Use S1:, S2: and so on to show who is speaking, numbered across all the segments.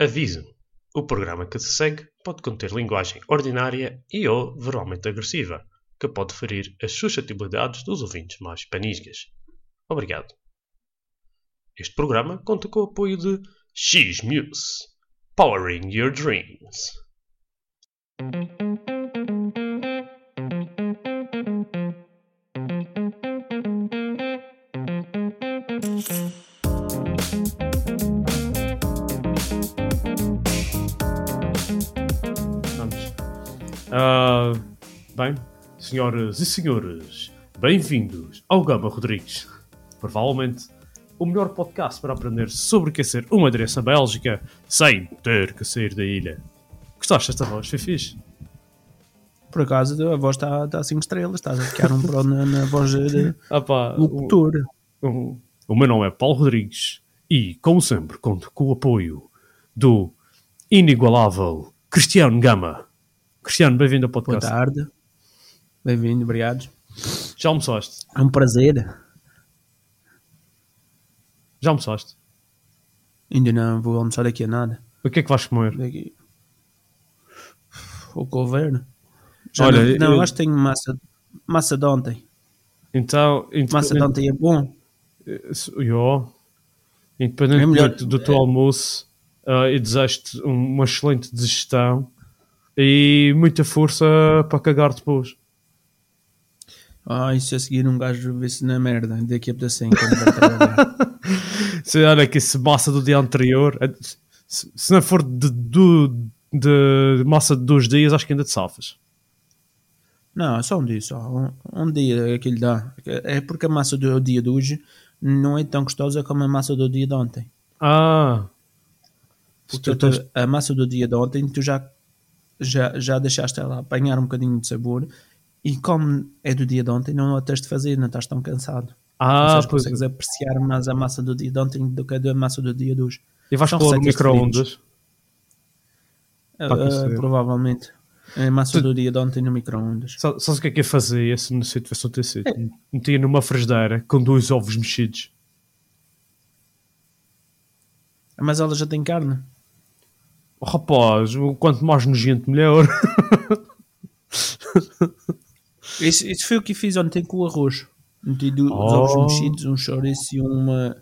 S1: Aviso: o programa que se segue pode conter linguagem ordinária e/ou verbalmente agressiva, que pode ferir as suscetibilidades dos ouvintes mais panisgas. Obrigado. Este programa conta com o apoio de X-Muse Powering Your Dreams.
S2: Vamos. Ah, bem, senhoras e senhores, bem-vindos ao Gama Rodrigues. Provavelmente o melhor podcast para aprender sobre o que é ser uma direção bélgica sem ter que sair da ilha. Gostaste desta voz? Foi fixe?
S3: Por acaso a voz está tá a 5 estrelas, estás a ficar um pro na, na voz de
S2: Ah pá, o-
S3: locutor.
S2: o, o meu nome é Paulo Rodrigues e, como sempre, conto com o apoio do inigualável Cristiano Gama. Cristiano, bem-vindo ao
S3: Boa
S2: podcast.
S3: tarde, bem-vindo, obrigado.
S2: Já almoçaste?
S3: É um prazer.
S2: Já almoçaste?
S3: Ainda não vou almoçar daqui a nada.
S2: O que é que vais comer?
S3: Daqui. O que houver. Já
S2: Olha,
S3: não, não
S2: eu-
S3: acho que tenho massa, massa de ontem.
S2: Então, então
S3: Massa de ontem é bom.
S2: Se- Yo. Independentemente
S3: É melhor-
S2: do teu almoço, ah, eu desejo-te um- uma excelente digestão e muita força para cagar depois.
S3: Ah, e se a seguir um gajo vê-se na merda, daqui a pedacinho, quando vai trabalhar.
S2: Se olha que se massa do dia anterior, eh, se, se não for de, do- de massa de dois dias, acho que ainda te safas.
S3: Não, é só um dia só. Um, um dia aquilo dá. É porque a massa do dia de hoje não é tão gostosa como a massa do dia de ontem.
S2: Ah, se
S3: Porque
S2: tu
S3: eu te-
S2: tens-
S3: a massa do dia de ontem tu já, já, já deixaste ela apanhar um bocadinho de sabor e como é do dia de ontem não a tens de fazer, não estás tão cansado. Ou
S2: ah
S3: seja,
S2: pois,
S3: consegues apreciar mais a massa do dia de ontem do que a da massa do dia de hoje.
S2: e vais
S3: são
S2: pôr o
S3: receitas
S2: micro-ondas. Tá a
S3: Ah,
S2: perceber.
S3: provavelmente. A massa
S2: Tu-
S3: do dia de ontem no micro-ondas.
S2: Sa- Sabes o que é que eu fazia se não se eu tivesse um tecido?
S3: É.
S2: Metia numa frigideira com dois ovos mexidos.
S3: Mas ela já tem carne.
S2: Rapaz, o quanto mais nojento, melhor.
S3: Isso, isso foi o que fiz ontem com o arroz. Meti do- os
S2: Oh.
S3: ovos mexidos, um chouriço e uma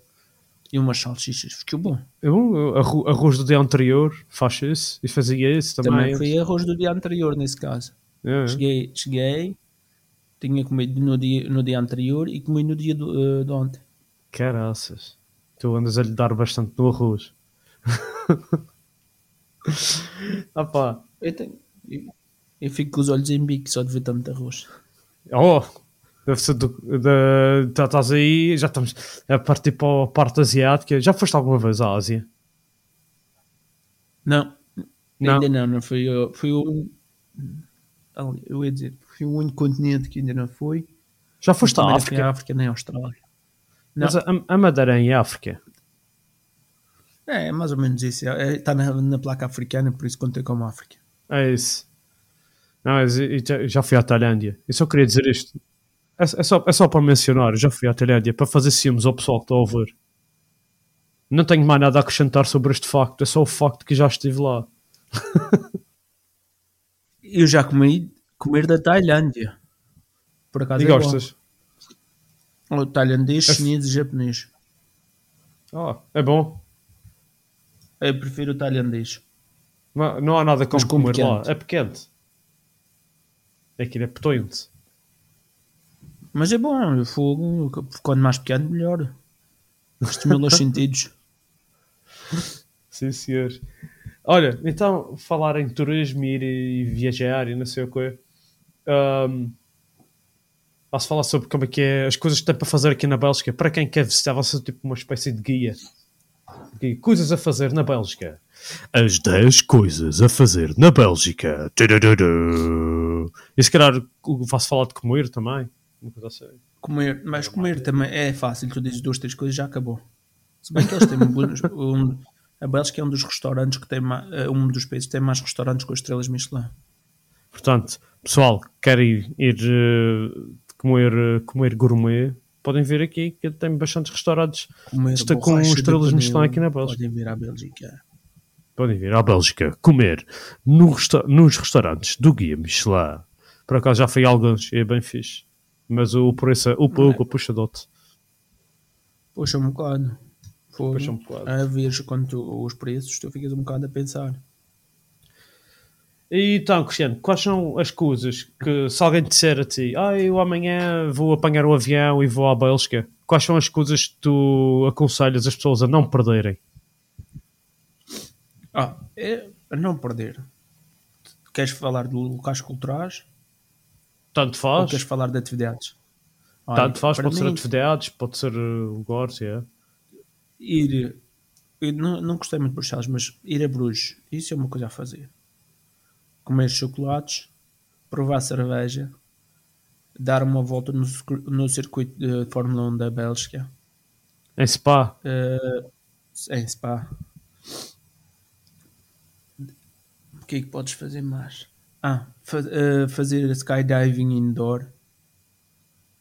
S3: e umas salsichas. Ficou bom.
S2: Eu, eu, arro- arroz do dia anterior, faz isso e fazia isso também.
S3: Também foi arroz do dia anterior nesse caso.
S2: É.
S3: Cheguei, cheguei, tinha comido no dia, no dia anterior e comi no dia do, eh, de ontem.
S2: Caraças, tu andas a lhe dar bastante no arroz. ah pá,
S3: Eu, tenho- eu- eu fico com os olhos em bico só de ver tanto arroz.
S2: oh, deve ser do, da, tá- estás aí, já estamos a partir para a parte asiática. Já foste alguma vez à Ásia?
S3: Não,
S2: Não.
S3: ainda não, não foi, foi o. um, ali, Eu ia dizer, foi o único continente que ainda não foi.
S2: Já foste à
S3: Também não
S2: África?
S3: fui à África nem à Austrália. Não.
S2: Mas a, a Madeira é em África.
S3: É, é mais ou menos isso. É, Está na, na placa africana, por isso contei como África.
S2: É isso. Não, mas eu- eu já- já fui à Tailândia. Eu só queria dizer isto. É, é só, é só para mencionar, eu já fui à Tailândia para fazer ciúmes ao pessoal que está a ouvir. Não tenho mais nada a acrescentar sobre este facto, é só o facto que já estive lá.
S3: Eu já comi comer da Tailândia. Por acaso
S2: E
S3: é bom.
S2: gostas?
S3: O tailandês,
S2: É-
S3: chinês e japonês.
S2: Ah, é bom.
S3: Eu prefiro o tailandês.
S2: Não, não há nada como
S3: Mas como
S2: comer lá.
S3: quente.
S2: É pequeno. É que ele é potente.
S3: Mas é bom, o fogo, quanto mais pequeno, melhor. Estimula os sentidos.
S2: Sim, senhor. Olha, então, falar em turismo, ir e viajar e não sei o quê. Um, posso falar sobre como é que é as coisas que tem para fazer aqui na Bélgica. Para quem quer visitar, vai ser tipo uma espécie de guia. Guia. Coisas a fazer na Bélgica. As 10 coisas a fazer na Bélgica. Tudurudu. E se calhar o- faço falar de comer também. Uma coisa assim.
S3: Comer, mas comer também é fácil. Tu dizes duas, três coisas já acabou. Se bem que eles têm um, bons- um A Bélgica é um dos restaurantes que tem ma- eh, um dos países que tem mais restaurantes com estrelas Michelin.
S2: Portanto, pessoal, querem ir eh, comer, eh, comer gourmet, podem vir aqui, que tem bastantes restaurantes
S3: Comer
S2: Está é com
S3: borracha de
S2: estrelas Michelin
S3: pneu,
S2: aqui na Bélgica.
S3: Podem vir à Bélgica.
S2: podem vir à Bélgica comer no resta- nos restaurantes do Guia Michelin. Por acaso já fui a alguns e é bem fixe. Mas o preço é upa upa puxadote.
S3: Puxa um bocado. Fogo.
S2: Puxa um bocado.
S3: A ver quanto os preços, tu ficas um bocado a pensar.
S2: E então, Cristiano, quais são as coisas que se alguém te disser a ti, ah, eu amanhã vou apanhar o avião e vou à Bélgica, quais são as coisas que tu aconselhas as pessoas a não perderem?
S3: Ah, é a não perder. Queres falar de locais culturais
S2: Tanto
S3: ou queres
S2: faz,
S3: falar de atividades? Olha,
S2: tanto Tá, faz,
S3: para
S2: pode ser
S3: mim,
S2: atividades, pode ser uh, lugares, é.
S3: ir. Eu não, não gostei muito de Bruxelas, mas ir a Bruges, isso é uma coisa a fazer. Comer chocolates, provar cerveja, dar uma volta no, circu- no circuito de Fórmula 1 da Bélgica,
S2: Em É Spa,
S3: eh, em Spa. O que é que podes fazer mais? Ah, fa- eh, fazer skydiving indoor.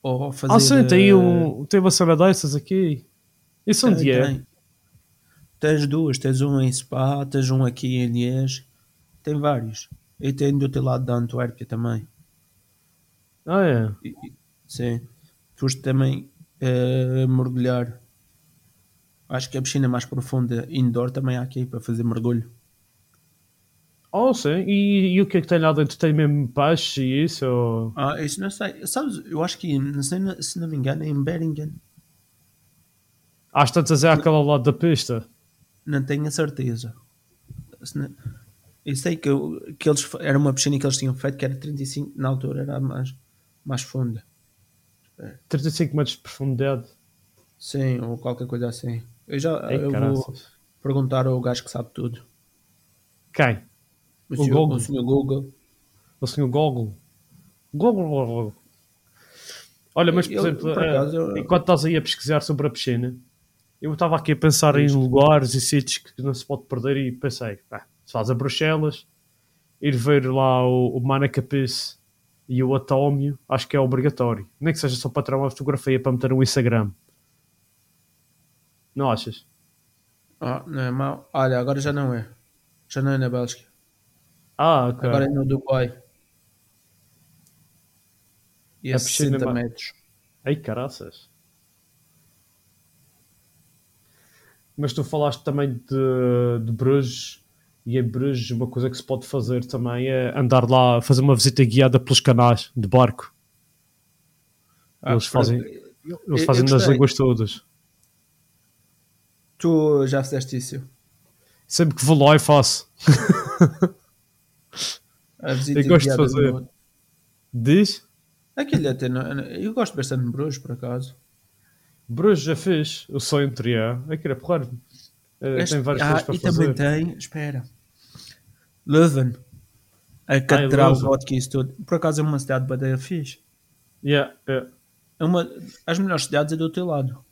S3: Ou fazer.
S2: ah sim, tem, aí
S3: eh,
S2: um, tem uma cena dessas aqui. Isso
S3: Tem,
S2: onde é?
S3: Então, tem. Tens duas, tens um em Spa, tens um aqui em Liège, tem vários. E tem do outro lado da Antuérpia também.
S2: Ah é,
S3: E- e- Sim. Tens também eh, mergulhar. Acho que a piscina mais profunda indoor também há aqui para fazer mergulho.
S2: oh sim, e, e o que é que tem lá dentro? Tem mesmo peixe e isso? ou-
S3: Ah, isso não sei. Sabes, eu acho que, não sei, se não me engano, é em Beringen.
S2: Às tantas é aquele ao lado da pista.
S3: Não tenho a certeza. Se não- Eu sei que, eu- que eles, fa- era uma piscina que eles tinham feito que era 35, na altura era a mais, mais funda.
S2: 35 metros de profundidade.
S3: Sim, ou qualquer coisa assim. Eu já
S2: Ei,
S3: eu vou
S2: caraças.
S3: perguntar ao gajo que sabe tudo.
S2: Quem?
S3: O,
S2: O
S3: senhor,
S2: Google.
S3: o senhor Google.
S2: O senhor Gogol. Gogol. Gogol. Olha, mas por
S3: Eu-
S2: exemplo,
S3: por
S2: eh,
S3: acaso, eu-
S2: enquanto estás aí a pesquisar sobre a piscina, eu estava aqui a pensar em lugares e sítios que não se pode perder e pensei, pá, se faz a Bruxelas, ir ver lá o, o Manacapice e o Atómio, acho que é obrigatório. Nem que seja só para tirar uma fotografia para meter no Instagram. Não achas?
S3: Ah, não é mau. Olha, agora já não é. Já não é na Bélgica.
S2: Ah, ok.
S3: Agora é no Dubai. E
S2: A
S3: é
S2: piscina
S3: 60
S2: ma-
S3: metros.
S2: Ei, caraças. Mas tu falaste também de, de Bruges, e em Bruges uma coisa que se pode fazer também é andar lá, fazer uma visita guiada pelos canais de barco.
S3: Ah,
S2: eles fazem,
S3: eu-
S2: eles
S3: eu
S2: fazem nas
S3: gostei.
S2: línguas todas.
S3: Tu já fizeste isso?
S2: Sempre que vou lá e faço.
S3: A visita
S2: Eu gosto de
S3: guiada
S2: fazer.
S3: no-
S2: Diz?
S3: Aquilo é até não- Eu gosto bastante de Bruges, por acaso.
S2: Bruges já fez o centro, é. Aquilo é porra. Eh,
S3: Este-
S2: Tem várias
S3: ah,
S2: coisas para
S3: e também
S2: fazer.
S3: tem, espera, Leuven, a catedral
S2: Leuven.
S3: vodka e isso tudo. Por acaso é uma cidade badaia fixe.
S2: Yeah, yeah.
S3: É uma, as melhores cidades é do teu lado,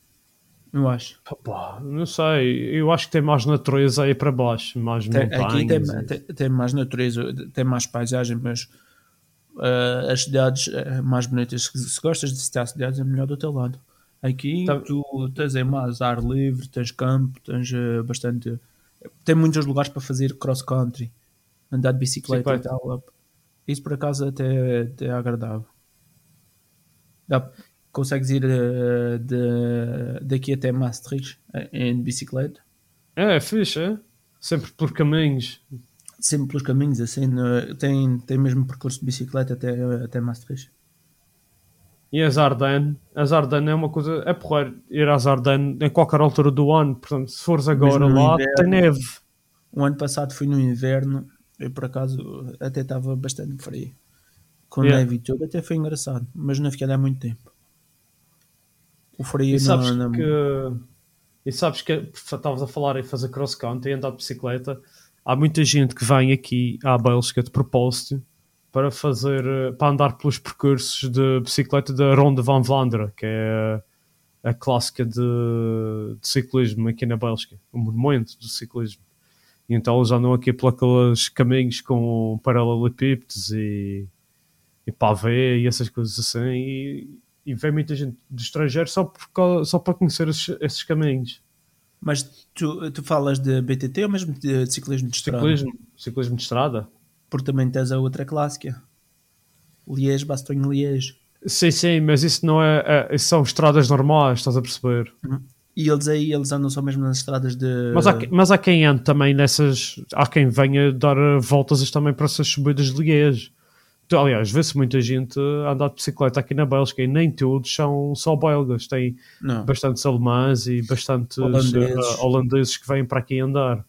S3: eu acho.
S2: Papá, não sei, eu acho que tem mais natureza aí para baixo, mais
S3: Tem-
S2: montanhas.
S3: é, aqui tem,
S2: e-
S3: tem, tem mais natureza, tem mais paisagem, mas eh, as cidades eh, mais bonitas, se, se gostas de citar cidades, é melhor do teu lado. Aqui
S2: Tá-
S3: tu tens é mais ar livre, tens campo, tens eh, bastante. Tem muitos lugares para fazer cross-country, andar de bicicleta e
S2: Bicicleta.
S3: tal. Isso por acaso até, até é agradável. Dá- consegues ir eh, de- daqui até Maastricht eh, em bicicleta.
S2: É, é fixe, é? Sempre por caminhos.
S3: sempre pelos caminhos, assim, no- tem, tem mesmo percurso de bicicleta até, até Maastricht.
S2: E as Ardennes, as Ardennes é uma coisa, é porra ir às Ardennes em qualquer altura do ano, portanto, se fores agora
S3: Mesmo no
S2: lá,
S3: inverno.
S2: tem neve.
S3: O Um ano passado fui no inverno, eu por acaso até estava bastante frio, com
S2: Yeah.
S3: neve e tudo, até foi engraçado, mas não fiquei lá muito tempo. O frio
S2: E,
S3: não,
S2: sabes
S3: não- é
S2: que, e sabes que, estavas a falar em fazer cross-country e andar de bicicleta, há muita gente que vem aqui à Bélgica de propósito para fazer, eh, para andar pelos percursos de bicicleta da Ronde van Vlaanderen, que é a clássica de, de ciclismo aqui na Bélgica, o monumento do ciclismo. E então eles andam aqui por aqueles caminhos com paralelepípedos e, e pavê e essas coisas assim. E, e vem muita gente de estrangeiro só, por, cau- só para conhecer esses, esses caminhos.
S3: Mas tu, tu falas de BTT ou mesmo de, de ciclismo de estrada?
S2: Ciclismo, ciclismo de estrada?
S3: Porque também tens a outra clássica. Liège, Bastogne-Liège.
S2: Sim, sim, mas isso não é. é- isso são estradas normais, estás a perceber?
S3: E eles aí, eles andam só mesmo nas estradas de...
S2: Mas há, que- mas há quem ande também nessas. Há quem venha dar eh, voltas também para essas subidas de Liege. Tu, aliás, vê-se muita gente a andar de bicicleta aqui na Bélgica e nem todos são só belgas. Tem
S3: Não.
S2: bastantes alemães e bastantes eh,
S3: Holandeses.
S2: holandeses que vêm para aqui andar.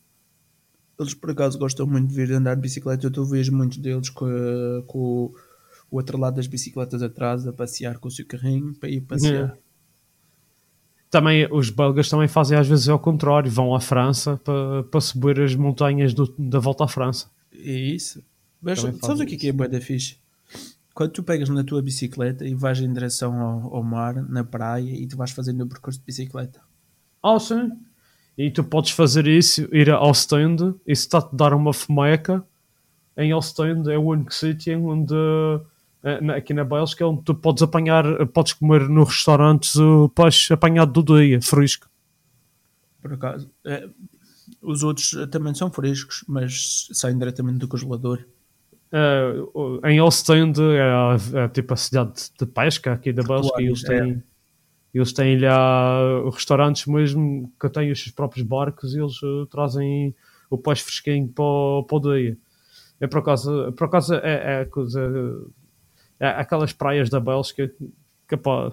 S3: Eles por acaso gostam muito de vir de andar de bicicleta. Eu tu vejo muitos deles com, a- com o outro lado das bicicletas atrás a passear com o seu carrinho para ir passear.
S2: Também os belgas também fazem às vezes ao contrário, vão à França para, para subir as montanhas do- da volta à França.
S3: É isso. Mas
S2: Também
S3: sabes o
S2: fazem
S3: que é que é bué da fixe? Quando tu pegas na tua bicicleta e vais em direção ao, ao mar, na praia, e tu vais fazendo o percurso de bicicleta.
S2: Ah, sim. E tu podes fazer isso, ir ao stand, e se está-te a dar uma fomeca, em ao stand é o único sítio onde, eh, na- aqui na Bélgica, onde tu podes apanhar, podes comer no restaurante o peixe apanhado do dia, fresco.
S3: Por acaso. É, os outros eh, também são frescos, mas saem diretamente do congelador.
S2: Eh, o- em Ostend é, a- é tipo a cidade de pesca aqui da Bélgica e eles
S3: Claro,
S2: têm, eles têm lá restaurantes mesmo que têm os seus próprios barcos e eles eh, trazem o peixe fresquinho para, o- para a aldeia. É por acaso, por acaso é, é a coisa. É aquelas praias da Bélgica que, que pá,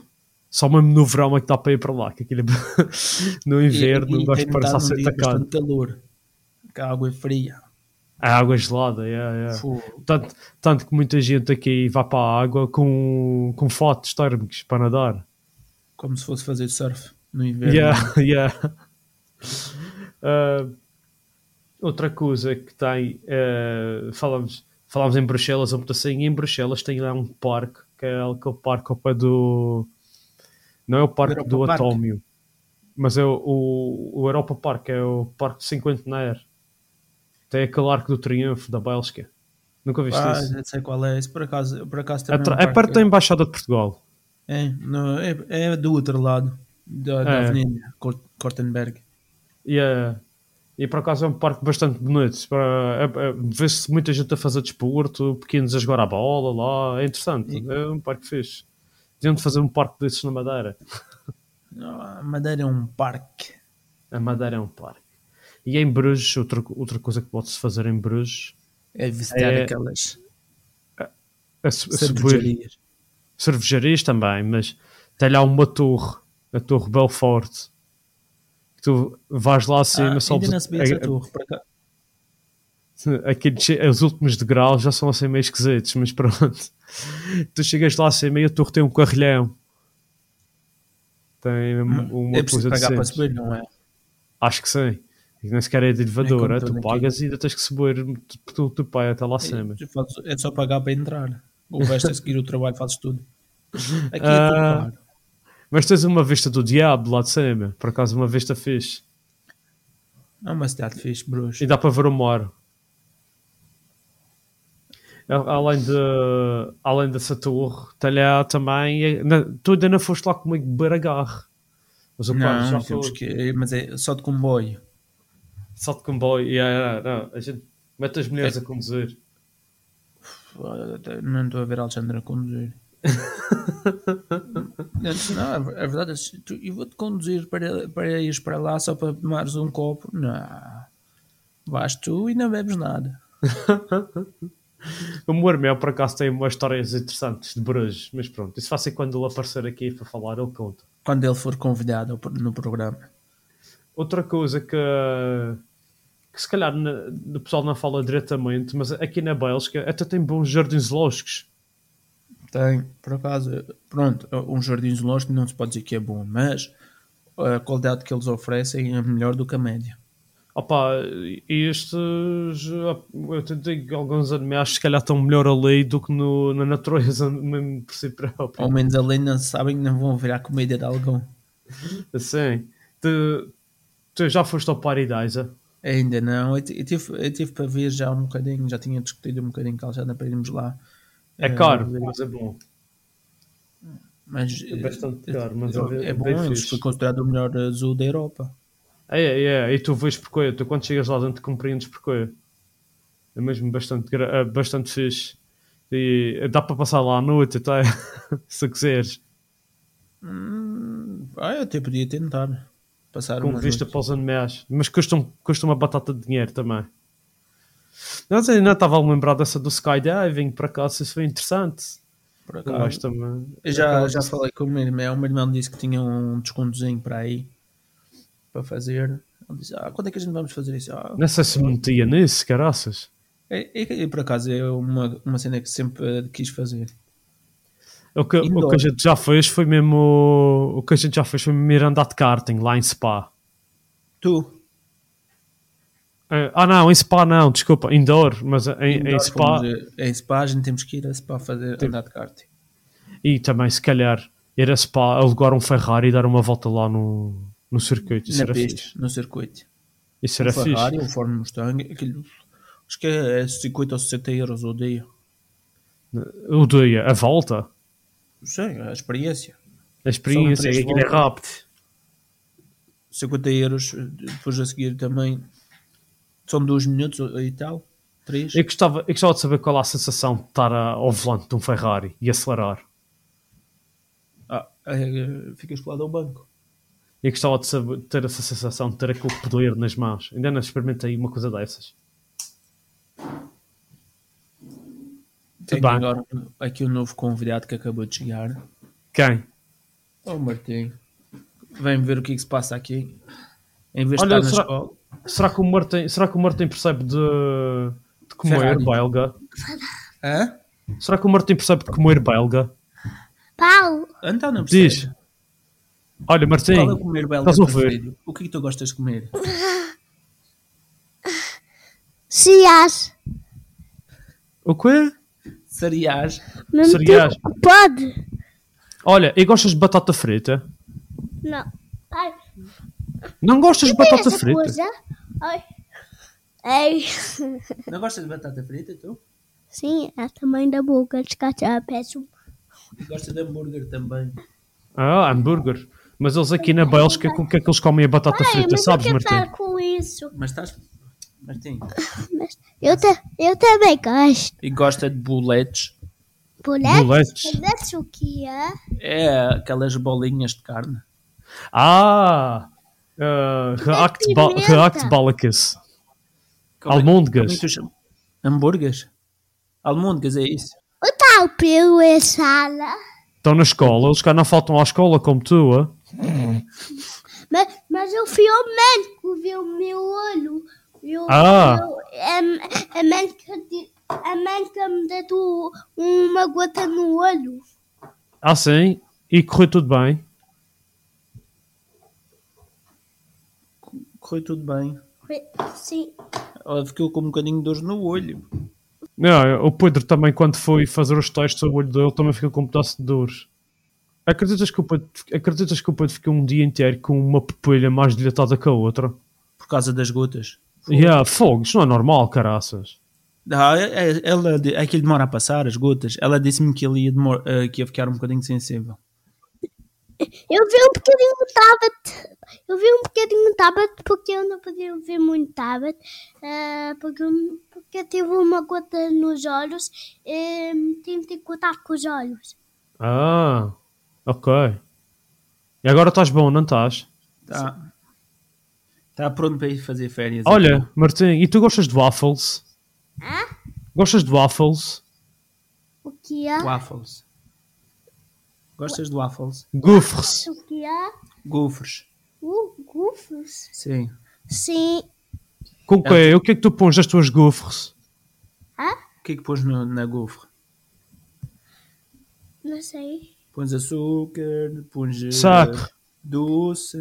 S2: só mesmo no verão é que dá para ir para lá, que aquilo é- no inverno, não gosto
S3: tem
S2: de parecer a
S3: notado num
S2: ser
S3: dia é
S2: atacado.
S3: bastante calor. Que a água é fria.
S2: A água gelada, é, yeah, yeah.
S3: Fogo.
S2: Tanto, tanto que muita gente aqui vai para a água com, com fotos térmicos para nadar.
S3: Como se fosse fazer surf no inverno.
S2: Yeah, yeah. Ah, outra coisa que tem, ah, falamos, falamos em Bruxelas, um assim, em Bruxelas tem lá um parque, que é aquele parque ao pé do. Não é o parque
S3: Europa
S2: do
S3: Park.
S2: Atómio, mas é o, o, o Europa Park, é o Parque Cinquentenário. Tem aquele arco do triunfo da Bélgica. Nunca viste
S3: Ah,
S2: isso?
S3: já sei qual é. Esse por acaso, por acaso
S2: É,
S3: também
S2: tra-
S3: um
S2: é perto
S3: parque.
S2: da Embaixada de Portugal.
S3: É, no- é, é do outro lado da, da
S2: É.
S3: avenida, Cort- Kortenberg.
S2: E, é- e por acaso é um parque bastante bonito. Para, é- é- Vê-se muita gente a fazer desporto, pequenos a jogar a bola lá. É interessante.
S3: E-
S2: É um parque fixe. Deviam de fazer um parque desses na Madeira.
S3: Ah, Madeira é um parque.
S2: A Madeira é um parque. E em Bruges, outra, outra coisa que pode-se fazer em Bruges
S3: É visitar
S2: É.
S3: aquelas
S2: é, su- é subir
S3: cervejarias.
S2: cervejarias também, mas tem lá uma torre, a Torre Belfort. que Tu vais lá acima,
S3: Ah,
S2: sobes-
S3: ainda não subi essa
S2: é-
S3: torre. Por acaso.
S2: Aqueles, che- os últimos degraus já são assim meio esquisitos, mas pronto. Tu chegas lá assim meio, a torre tem um carrilhão. Tem um- uma
S3: É preciso
S2: coisa
S3: pagar para
S2: decente.
S3: subir, não é?
S2: Acho que sim. E nem sequer é de elevador,
S3: como
S2: é?
S3: tudo
S2: tu
S3: aqui.
S2: pagas e ainda tens que subir tu, tu, tu pai até lá acima.
S3: Tu fazes- É só pagar para entrar. O resto é seguir o trabalho, fazes tudo. Aqui é tudo
S2: Ah.
S3: caro.
S2: Mas tens uma vista do diabo lá de cima, por acaso uma vista fixe.
S3: É uma cidade fixe, bruxo.
S2: E dá para ver o mar. A- Além, de, além dessa torre, talhar também. eh, na- tu ainda não foste lá comigo beber agarre. Mas o pá,
S3: Não,
S2: já
S3: temos
S2: foi.
S3: que, mas é só de comboio.
S2: Só de comboio. Yeah, yeah, não, a gente mete as
S3: É.
S2: mulheres a conduzir.
S3: Ah, Não estou a ver a Alexandra conduzir. não, não, a ver- a verdade é que tu- eu vou-te conduzir para, para ires para lá só para tomares um copo. Não. Vais tu e não bebes nada.
S2: O Mormel, por acaso, tem umas histórias interessantes de Bruges. Mas pronto, isso vai ser quando ele aparecer aqui para falar, ele conta.
S3: Quando ele for convidado ao pro- no programa.
S2: Outra coisa que, que se calhar na- o pessoal não fala diretamente, mas aqui na Bélgica até tem bons jardins zoológicos.
S3: Tem, por acaso, pronto, um jardim zoológico não se pode dizer que é bom, mas a qualidade que eles oferecem é melhor do que a média.
S2: Opa, estes, eu te digo, alguns animais se calhar estão melhor ali do que no- na natureza, mesmo por si próprio.
S3: Ao menos ali não sabem que não vão virar comida de algum.
S2: Assim, tu, tu já foste ao Paradise?
S3: Ainda não, eu, ti- eu tive, eu tive para ver já um bocadinho, já tinha discutido um bocadinho calçada para irmos lá.
S2: É
S3: Eh,
S2: caro, mas é bom.
S3: mas
S2: bastante
S3: eh,
S2: caro, mas
S3: é,
S2: é bem-
S3: é bom,
S2: bem
S3: eles
S2: fixe.
S3: foi considerado o melhor eh, zoo da eh, Europa.
S2: É, é, é. E tu vês porquê. Tu quando chegas lá dentro compreendes porquê. É mesmo bastante, gra- eh, bastante fixe. E dá para passar lá à noite até, se quiseres.
S3: Ah, eu até podia tentar passar
S2: Com
S3: uma
S2: vista
S3: noite.
S2: para os animais. Mas custa, um- custa uma batata de dinheiro também. Mas ainda estava a me lembrar dessa do skydiving, por acaso isso foi interessante.
S3: por
S2: Eu
S3: acaso.
S2: acho também.
S3: Eu já,
S2: Aquela-
S3: já falei com o meu irmão, o meu irmão disse que tinha um descontozinho para aí para fazer. Ele disse: Ah, quando é que a gente vamos fazer isso? Ah,
S2: Não sei se me metia nisso, caraças.
S3: é, é, é, por acaso é uma, uma cena que sempre eh, quis fazer.
S2: O que, o
S3: Indoor.
S2: que a gente já fez foi mesmo. O que a gente já fez foi mesmo andar de karting lá em Spa.
S3: Tu?
S2: Eh, Ah, não, em Spa não, desculpa, indoor, mas em, em
S3: Nós
S2: Spa.
S3: fomos, eh, Em Spa, a gente temos que ir a Spa fazer andar de kart.
S2: E também, se calhar, ir a Spa, alugar um Ferrari e dar uma volta lá no, no circuito. Isso
S3: Na
S2: era
S3: pista,
S2: fixe.
S3: no circuito.
S2: Isso
S3: Um
S2: era fixe.
S3: Ferrari, um Ford Mustang, aquilo. Acho que é 50 ou 60 euros o dia.
S2: O dia, a volta,
S3: Sim, é a experiência.
S2: a experiência,
S3: três
S2: aquilo é
S3: voltas.
S2: rápido.
S3: 50 euros, eh, depois a seguir também são 2 minutos e tal, 3.
S2: Eu gostava, eu gostava de saber qual é a sensação de estar a- ao volante de um Ferrari e acelerar.
S3: Ah, é, ficas colado ao banco.
S2: Eu gostava de saber- ter essa sensação de ter aquele poder nas mãos. Ainda não experimentei uma coisa dessas.
S3: Tenho
S2: bem.
S3: agora aqui um novo convidado que acabou de chegar.
S2: Quem?
S3: Ó oh, Martim, vem ver o que é que se passa aqui. Em vez
S2: Olha,
S3: de estar
S2: será-
S3: na escola,
S2: Será que o Martin, será que o Martin percebe de, de comer
S3: Ferrari.
S2: belga?
S3: Hã?
S2: Será que o Martin percebe de comer belga?
S4: Paulo,
S3: Então não percebe.
S2: Diz. Olha, Martim,
S3: Qual é o comer belga
S2: estás a ouvir?
S3: preferido? O que é que tu gostas de comer?
S4: cereais.
S2: o quê?
S3: Cereais?
S4: Não
S2: Cereais.
S4: tu- Pode?
S2: Olha, e gostas de batata frita?
S4: Não. Ai,
S2: Não gostas de
S4: tem
S2: batata
S4: é essa
S2: frita?
S4: coisa? Ai. Ai.
S3: Não gostas de batata frita, então? tu?
S4: Sim, é tamanho da boca de cachorro. é Peço.
S3: E gostas de hambúrguer também.
S2: Ah, hambúrguer. Mas eles aqui na Bélgica, com o que é que eles comem a batata
S4: Ai,
S2: frita,
S4: mas
S2: sabes,
S4: eu quero
S2: Martim?
S4: estar com isso.
S3: Mas estás. Martim.
S4: Mas eu, ta- eu também gosto.
S3: E gosta de boletes?
S4: Boletes?
S2: Boletes.
S4: Boletes o que é?
S3: É aquelas bolinhas de carne.
S2: Ah! ah, react, ba
S4: pimenta.
S2: react Balacus.
S3: Como é-
S2: Almôndegas.
S3: como é que tu chamas? Hambúrgueres? Almôndegas, é isso?
S4: O tal pelo é sala.
S2: Estão na escola, eles cá não faltam à escola como tu, ah?
S4: Mas, mas eu fui ao médico ver o meu olho. Eu,
S2: Ah.
S4: eu- a, a, é, médica, di- a médica me deu uma gota no olho.
S2: Ah, sim? E correu tudo bem?
S3: Correu tudo bem.
S4: Sim.
S3: Ela ficou com um bocadinho de dor no olho.
S2: Não, o Pedro também, quando foi fazer os testes, o olho dele também ficou com um pedaço de dor. Acreditas que, o Pedro, acreditas que o Pedro ficou um dia inteiro com uma pupilha mais dilatada que a outra?
S3: Por causa das gotas.
S2: Yeah, fogo, isso não é normal, caraças.
S3: Ah, é- é- ela, de- aquilo demora a passar, as gotas. Ela disse-me que ele ia, demor- eh, que ia ficar um bocadinho sensível.
S4: Eu vi um bocadinho de tablet. Eu vi um bocadinho de tablet porque eu não podia ver muito tablet. eh, porque, porque tive uma gota nos olhos. e tive de cortar com os olhos.
S2: Ah, ok. E agora estás bom, não estás?
S3: Está tá pronto para ir fazer férias.
S2: Olha, Martim, e tu gostas de waffles? Gostas de waffles?
S4: O que é?
S3: Waffles. Gostas de waffles?
S2: Gufres.
S4: O que é?
S3: Gofres.
S4: O gufos?
S3: Sim.
S4: Sim.
S2: Com quê? O que é que tu pões das tuas gufres?
S3: O que é que pões no- na gofre?
S4: Não sei.
S3: Pões açúcar, pões eh,
S2: Sacre.
S3: doce.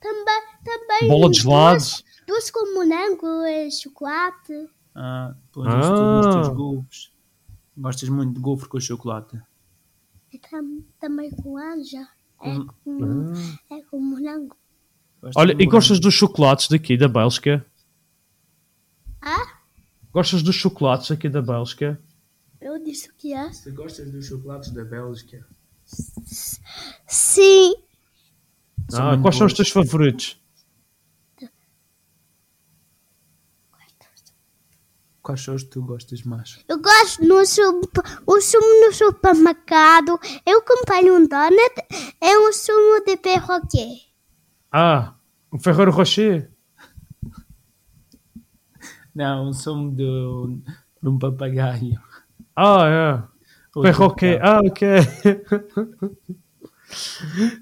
S4: Também, também.
S2: Bola de gelado?
S4: Doce, doce com morango e chocolate.
S3: Ah, pões isso tudo nos
S2: Ah.
S3: teus gofres. Gostas muito de gofre com chocolate.
S4: E tam, também com anja. É
S2: Hum.
S4: com,
S2: Ah.
S4: é com morango.
S3: Gostas
S2: Olha,
S3: de
S2: e
S3: morango.
S2: gostas dos chocolates daqui da Bélgica?
S4: Ah?
S2: Gostas dos chocolates aqui da Bélgica?
S4: Eu disse o que é?
S3: Se gostas dos chocolates da Bélgica, é?
S4: Sim.
S3: São
S2: Ah,
S3: muito
S2: quais são os
S3: bons.
S2: teus favoritos?
S3: Quais shows tu gostas mais?
S4: Eu gosto no sumo, o sumo no supermercado. Eu comprei um donut, é um sumo de perroquê.
S2: Ah, o Ferreiro Rocher.
S3: Não, um som de um, de um papagaio.
S2: Ah, é.
S3: Ou de um
S2: Perroquê.
S3: carro.
S2: Ah, ok.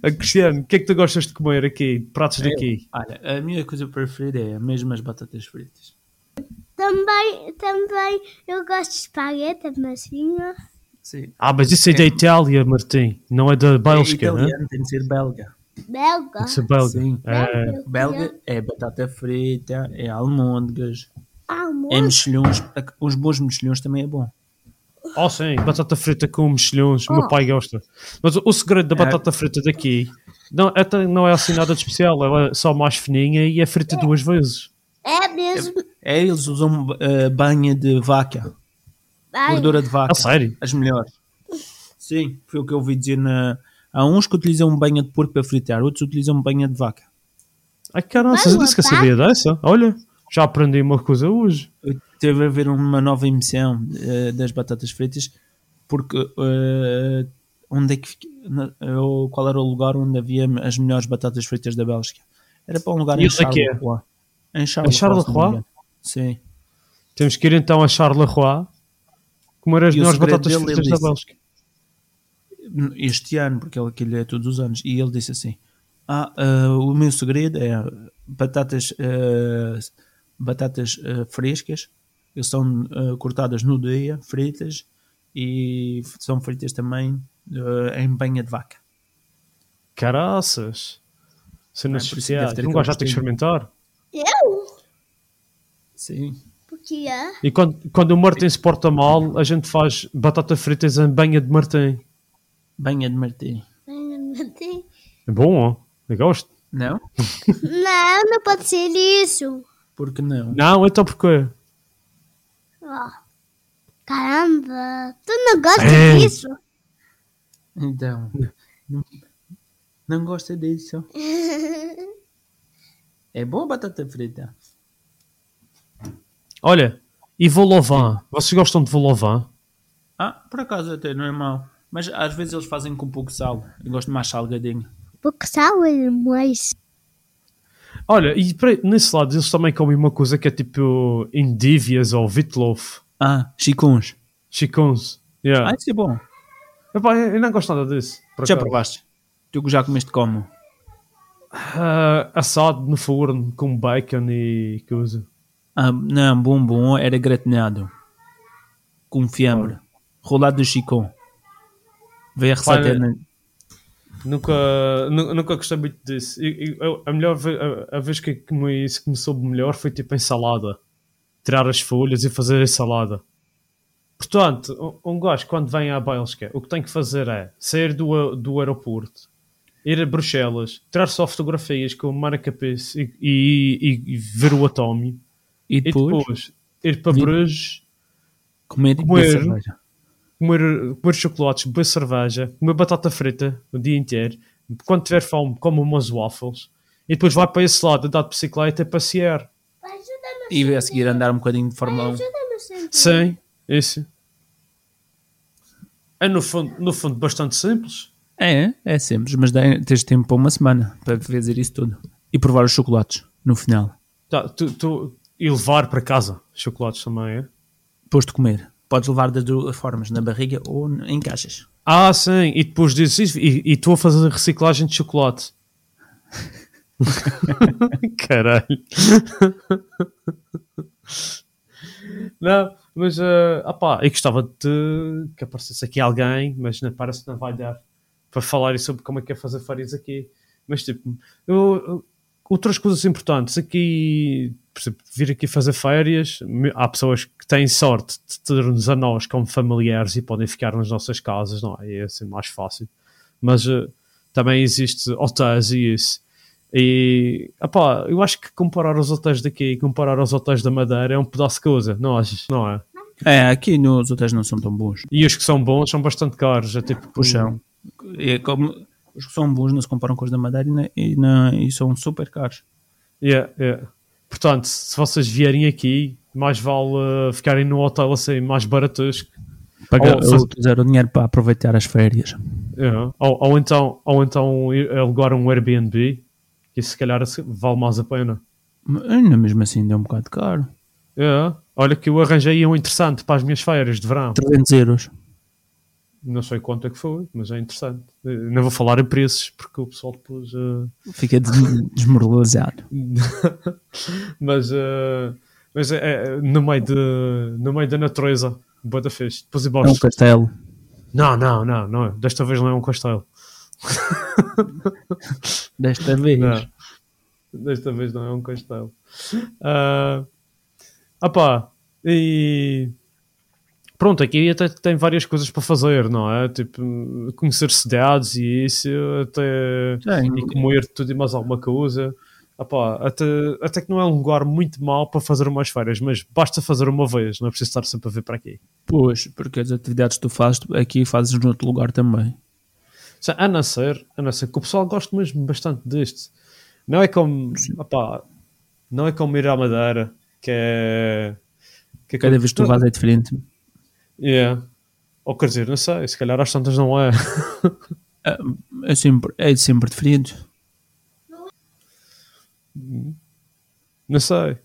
S2: Ah, Cristiano, o que é que tu gostas de comer aqui? Pratos daqui?
S3: Olha, a minha coisa preferida é mesmo as batatas fritas.
S4: Também, também eu gosto de espaguete, massinha.
S3: Sim.
S2: Ah, mas isso é da Itália, Martim. Não é da Bélgica,
S3: é
S2: né?
S3: italiano, tem de ser belga.
S4: Belga.
S2: Isso é belga.
S3: Sim.
S2: É.
S4: Belga.
S3: Belga é batata frita, é almôndegas,
S4: Almoço.
S3: é mexilhões. Os bons mexilhões também é bom.
S2: Oh, sim, batata frita com mexilhões, meu pai gosta. Mas o segredo
S3: É.
S2: da batata frita daqui não, até não é assim nada de especial, ela é só mais fininha e é frita duas vezes.
S4: É mesmo.
S3: É, eles usam eh, banha de vaca,
S4: Ai,
S3: gordura de
S2: A
S3: vaca.
S2: Ah, sério?
S3: As melhores. Sim, foi o que eu ouvi dizer na... Há uns que utilizam banha de porco para fritar, outros utilizam banha de vaca.
S2: Ai, caramba, eu disse que eu sabia dessa. Olha, já aprendi uma coisa hoje.
S3: Eu teve a ver uma nova emissão eh, das batatas fritas porque eh, onde é que fica- na- eu- qual era o lugar onde havia as melhores batatas fritas da Bélgica era para um lugar
S2: E
S3: em
S2: onde é que é?
S3: Charleroi em
S2: Em Charleroi?
S3: Charleroi se não me engano. sim
S2: Temos que ir então a Charleroi comer as
S3: E o
S2: melhores
S3: segredo
S2: batatas
S3: dele, é ele
S2: fritas da
S3: disse.
S2: Bélgica.
S3: este ano porque ele aquilo é todos os anos e ele disse assim ah, eh, o meu segredo é batatas eh, batatas eh, frescas que são eh, cortadas no dia fritas e f- são fritas também eh, em banha de vaca
S2: Caraças! Cenas
S3: Ah, por isso
S2: especiais.
S3: deve ter assim.
S2: Um gajo já tem
S3: aquele
S2: que experimentar.
S4: Eu?
S3: Sim.
S4: Porque é?
S2: E quando, quando o Martin se porta mal, a gente faz batata fritas em banha de Martim.
S3: Banha de martim.
S4: Não,
S2: É bom, ó. Eu gosto.
S3: Não?
S4: não pode ser isso.
S3: Porque não?
S2: Não, então porquê?
S4: Ó. Caramba, tu não gosta
S2: É.
S4: disso?
S3: Então. Não, não gosta disso. É boa a batata frita.
S2: Olha, e Volovan? Vocês gostam de Volovan?
S3: Ah, por acaso até não é mau. Mas às vezes eles fazem com pouco sal. Eu gosto mais salgadinho.
S4: Porque sabe mais.
S2: Olha, e peraí, nesse lado eles também comem uma coisa que é tipo endívias ou Vitlof,
S3: Ah, chicuns.
S2: chicons.
S3: Ah,
S2: Yeah.
S3: isso é bom.
S2: Epá, eu eu não gosto nada disso. por
S3: Já
S2: acaso.
S3: provaste? Tu que já comeste como?
S2: Ah, assado no forno com bacon e coisa.
S3: Ah, não, bom, bom. Era gratinado. Com fiambre. Rolado de chicon. Veio a receita
S2: Olha,
S3: na-
S2: Nunca, nu- nunca gostei muito disso. E- e- eu- a, melhor, ve- a, a vez que comi isso que me soube melhor foi tipo em salada. Tirar as folhas e fazer a salada. Portanto, um, um gajo quando vem à Bélgica, o que tem que fazer é sair do, a- do aeroporto, ir a Bruxelas, tirar só fotografias com o Maracapês e, e, e- e ver o atómio.
S3: E
S2: E
S3: depois,
S2: depois ir para
S3: Vi-
S2: Bruges,
S3: comer,
S2: comer.
S3: e cerveja.
S2: comer, comer chocolates, beber cerveja, comer batata frita o dia inteiro, quando tiver fome, come umas waffles e depois vai para esse lado andar de bicicleta e passear.
S4: Ajuda-me
S3: E vai a seguir andar um bocadinho de Fórmula 1.
S4: Ajuda-me sempre.
S2: Sim, isso. É no fundo, no fundo bastante simples.
S3: É, é simples, mas dá- tens tempo para uma semana para fazer isso tudo. E provar os chocolates no final,
S2: Tá, tu, tu- e levar para casa chocolates também, é?
S3: depois de comer. Podes levar das duas formas, na barriga ou n- em caixas.
S2: Ah, sim, e depois dizes isso e e estou a fazer reciclagem de chocolate. Caralho. Não, mas ah opá, eu gostava de que aparecesse aqui alguém, mas não, parece que não vai dar para falar sobre como é que é fazer farinhas aqui. Mas tipo, eu- eu- outras coisas importantes aqui, por exemplo, vir aqui fazer férias, me- há pessoas que têm sorte de ter-nos a nós como familiares e podem ficar nas nossas casas, não é? É assim mais fácil. Mas eh, também existe hotéis e isso. E opá, eu acho que comparar os hotéis daqui e comparar aos hotéis da Madeira é um pedaço de coisa, não achas? Não é?
S3: É, aqui nos hotéis não são tão bons.
S2: E os que são bons são bastante caros, é tipo
S3: Puxão. É como, os que são bons não se comparam com os da Madeira e, na- e, na- e são super caros.
S2: Yeah, yeah. Portanto, se vocês vierem aqui, mais vale uh, ficarem no hotel assim mais baratas
S3: Pagar,
S2: Ou-
S3: ou usar o dinheiro para aproveitar as férias.
S2: Yeah. Ou, ou então, ou então ir- alugar um Airbnb, que isso se calhar se- vale mais a pena.
S3: Mas Ainda mesmo assim deu um bocado caro.
S2: Yeah. Olha que eu arranjei um interessante para as minhas férias de verão.
S3: 300 euros.
S2: Não sei quanto é que foi, mas é interessante. Eh, Não vou falar em preços, porque o pessoal depois... eh,
S3: Fiquei des- desmoralizado.
S2: mas eh, mas é, é no, meio de, no meio da natureza, bué da fixe. Depois e
S3: É um
S2: baixo.
S3: castelo.
S2: Não, não, não, não. é. Desta vez não é um castelo.
S3: Desta vez.
S2: Não. Desta vez não é um castelo. Ah opá, e pronto, aqui até tem várias coisas para fazer, não é? Tipo, conhecer cidades e isso, até
S3: Tem.
S2: e comer tudo e mais alguma coisa. Opá, até, até que não é um lugar muito mau para fazer umas férias, mas basta fazer uma vez, não é preciso estar sempre a vir para aqui.
S3: Pois, porque as atividades que tu fazes tu- aqui fazes noutro lugar também.
S2: Só, A não ser, a não ser que o pessoal gosta mesmo bastante deste. Não é como, opá, não é como ir à Madeira, que é. Que é
S3: Cada
S2: como-
S3: vez que tu vais é diferente.
S2: Yeah. Ou quer dizer, não sei, se calhar às tantas não é.
S3: É sempre, é sempre diferente.
S2: não sei.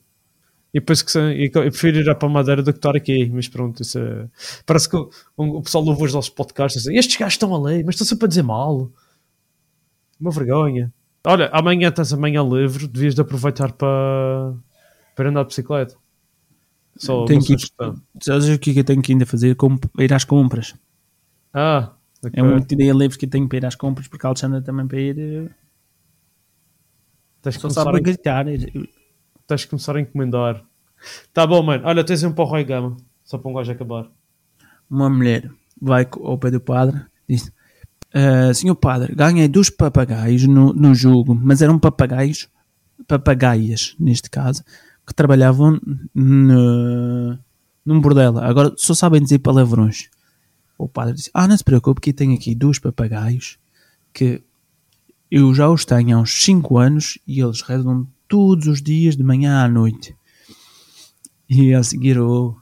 S2: E penso que sim, e que eu prefiro ir para a Madeira do que estar aqui, mas pronto, isso é... Parece que o, um, o pessoal ouve os nossos podcasts assim, estes gajos estão ali, mas estão sempre a dizer mal. Uma vergonha. Olha, amanhã tens amanhã livre, devias de aproveitar para, para andar de bicicleta. Só
S3: Tenho
S2: uma
S3: que ir-
S2: sugestão.
S3: Sabes o que é que eu tenho que ainda fazer? Com- ir às compras.
S2: Ah,
S3: É um único dia livre que eu tenho para ir às compras, porque a Alexandra também para ir. eh,
S2: tens que
S3: Só
S2: começar
S3: sabe
S2: a
S3: a gritar. eh, Está
S2: tens que começar a encomendar. Tá bom, mano. Olha, tens um para o Roy Gama. Só para um gajo acabar.
S3: uma mulher vai co- ao pé do padre diz "Ah, senhor padre ganhei dois papagaios no, no jogo mas eram papagaios papagaias neste caso que trabalhavam no, num bordel agora só sabem dizer palavrões o padre disse ah não se preocupe que eu tenho aqui dois papagaios que eu já os tenho há uns 5 anos e eles rezam todos os dias de manhã à noite e a seguir o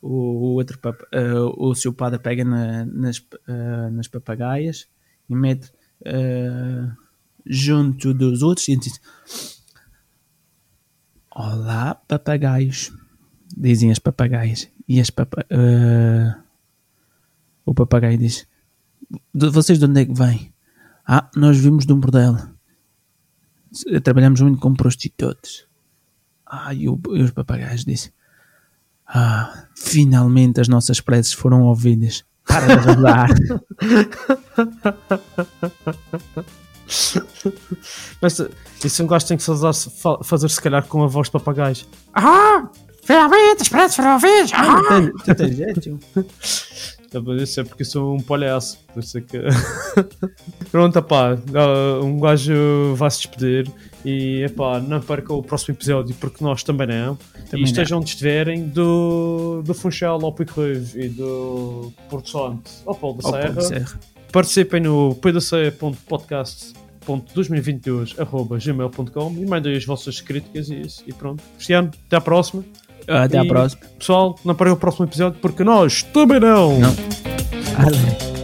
S3: o, o outro pap- eh, o seu padre pega na- nas, eh, nas papagaias e mete eh, junto dos outros e diz Olá papagaios dizem as papagaias e as papa- eh, o papagaio diz "De- vocês de onde é que vêm? Ah, nós vimos de um bordel Se- trabalhamos muito com prostitutas ah, e, o- e os papagaios dizem ah, finalmente as nossas preces foram ouvidas. Para de rodar.
S2: Mas eh, isso um gajo tem que fazer, fa- fazer se calhar com a voz de papagaio.
S5: Finalmente, espera, espera, ouvir. Ah,
S3: tu tens jeito?
S2: Tá bom, Isso é porque eu sou um palhaço. Por isso é que... Pronto, pá. Um gajo vai se despedir. E epá, não perca o próximo episódio, porque nós também não.
S3: Também
S2: e estejam onde estiverem do, do Funchal ao Pico Rive e do Porto Santo ao Paulo da
S3: Opa,
S2: Serra.
S3: Serra.
S2: Participem no pdc.podcast.2022.gmail.com e mandem as vossas críticas e isso. E pronto. Cristiano, até à próxima.
S3: Até à
S2: E,
S3: próxima.
S2: Pessoal, não parem o próximo episódio porque nós também não.
S3: Não. Ah,
S2: Tá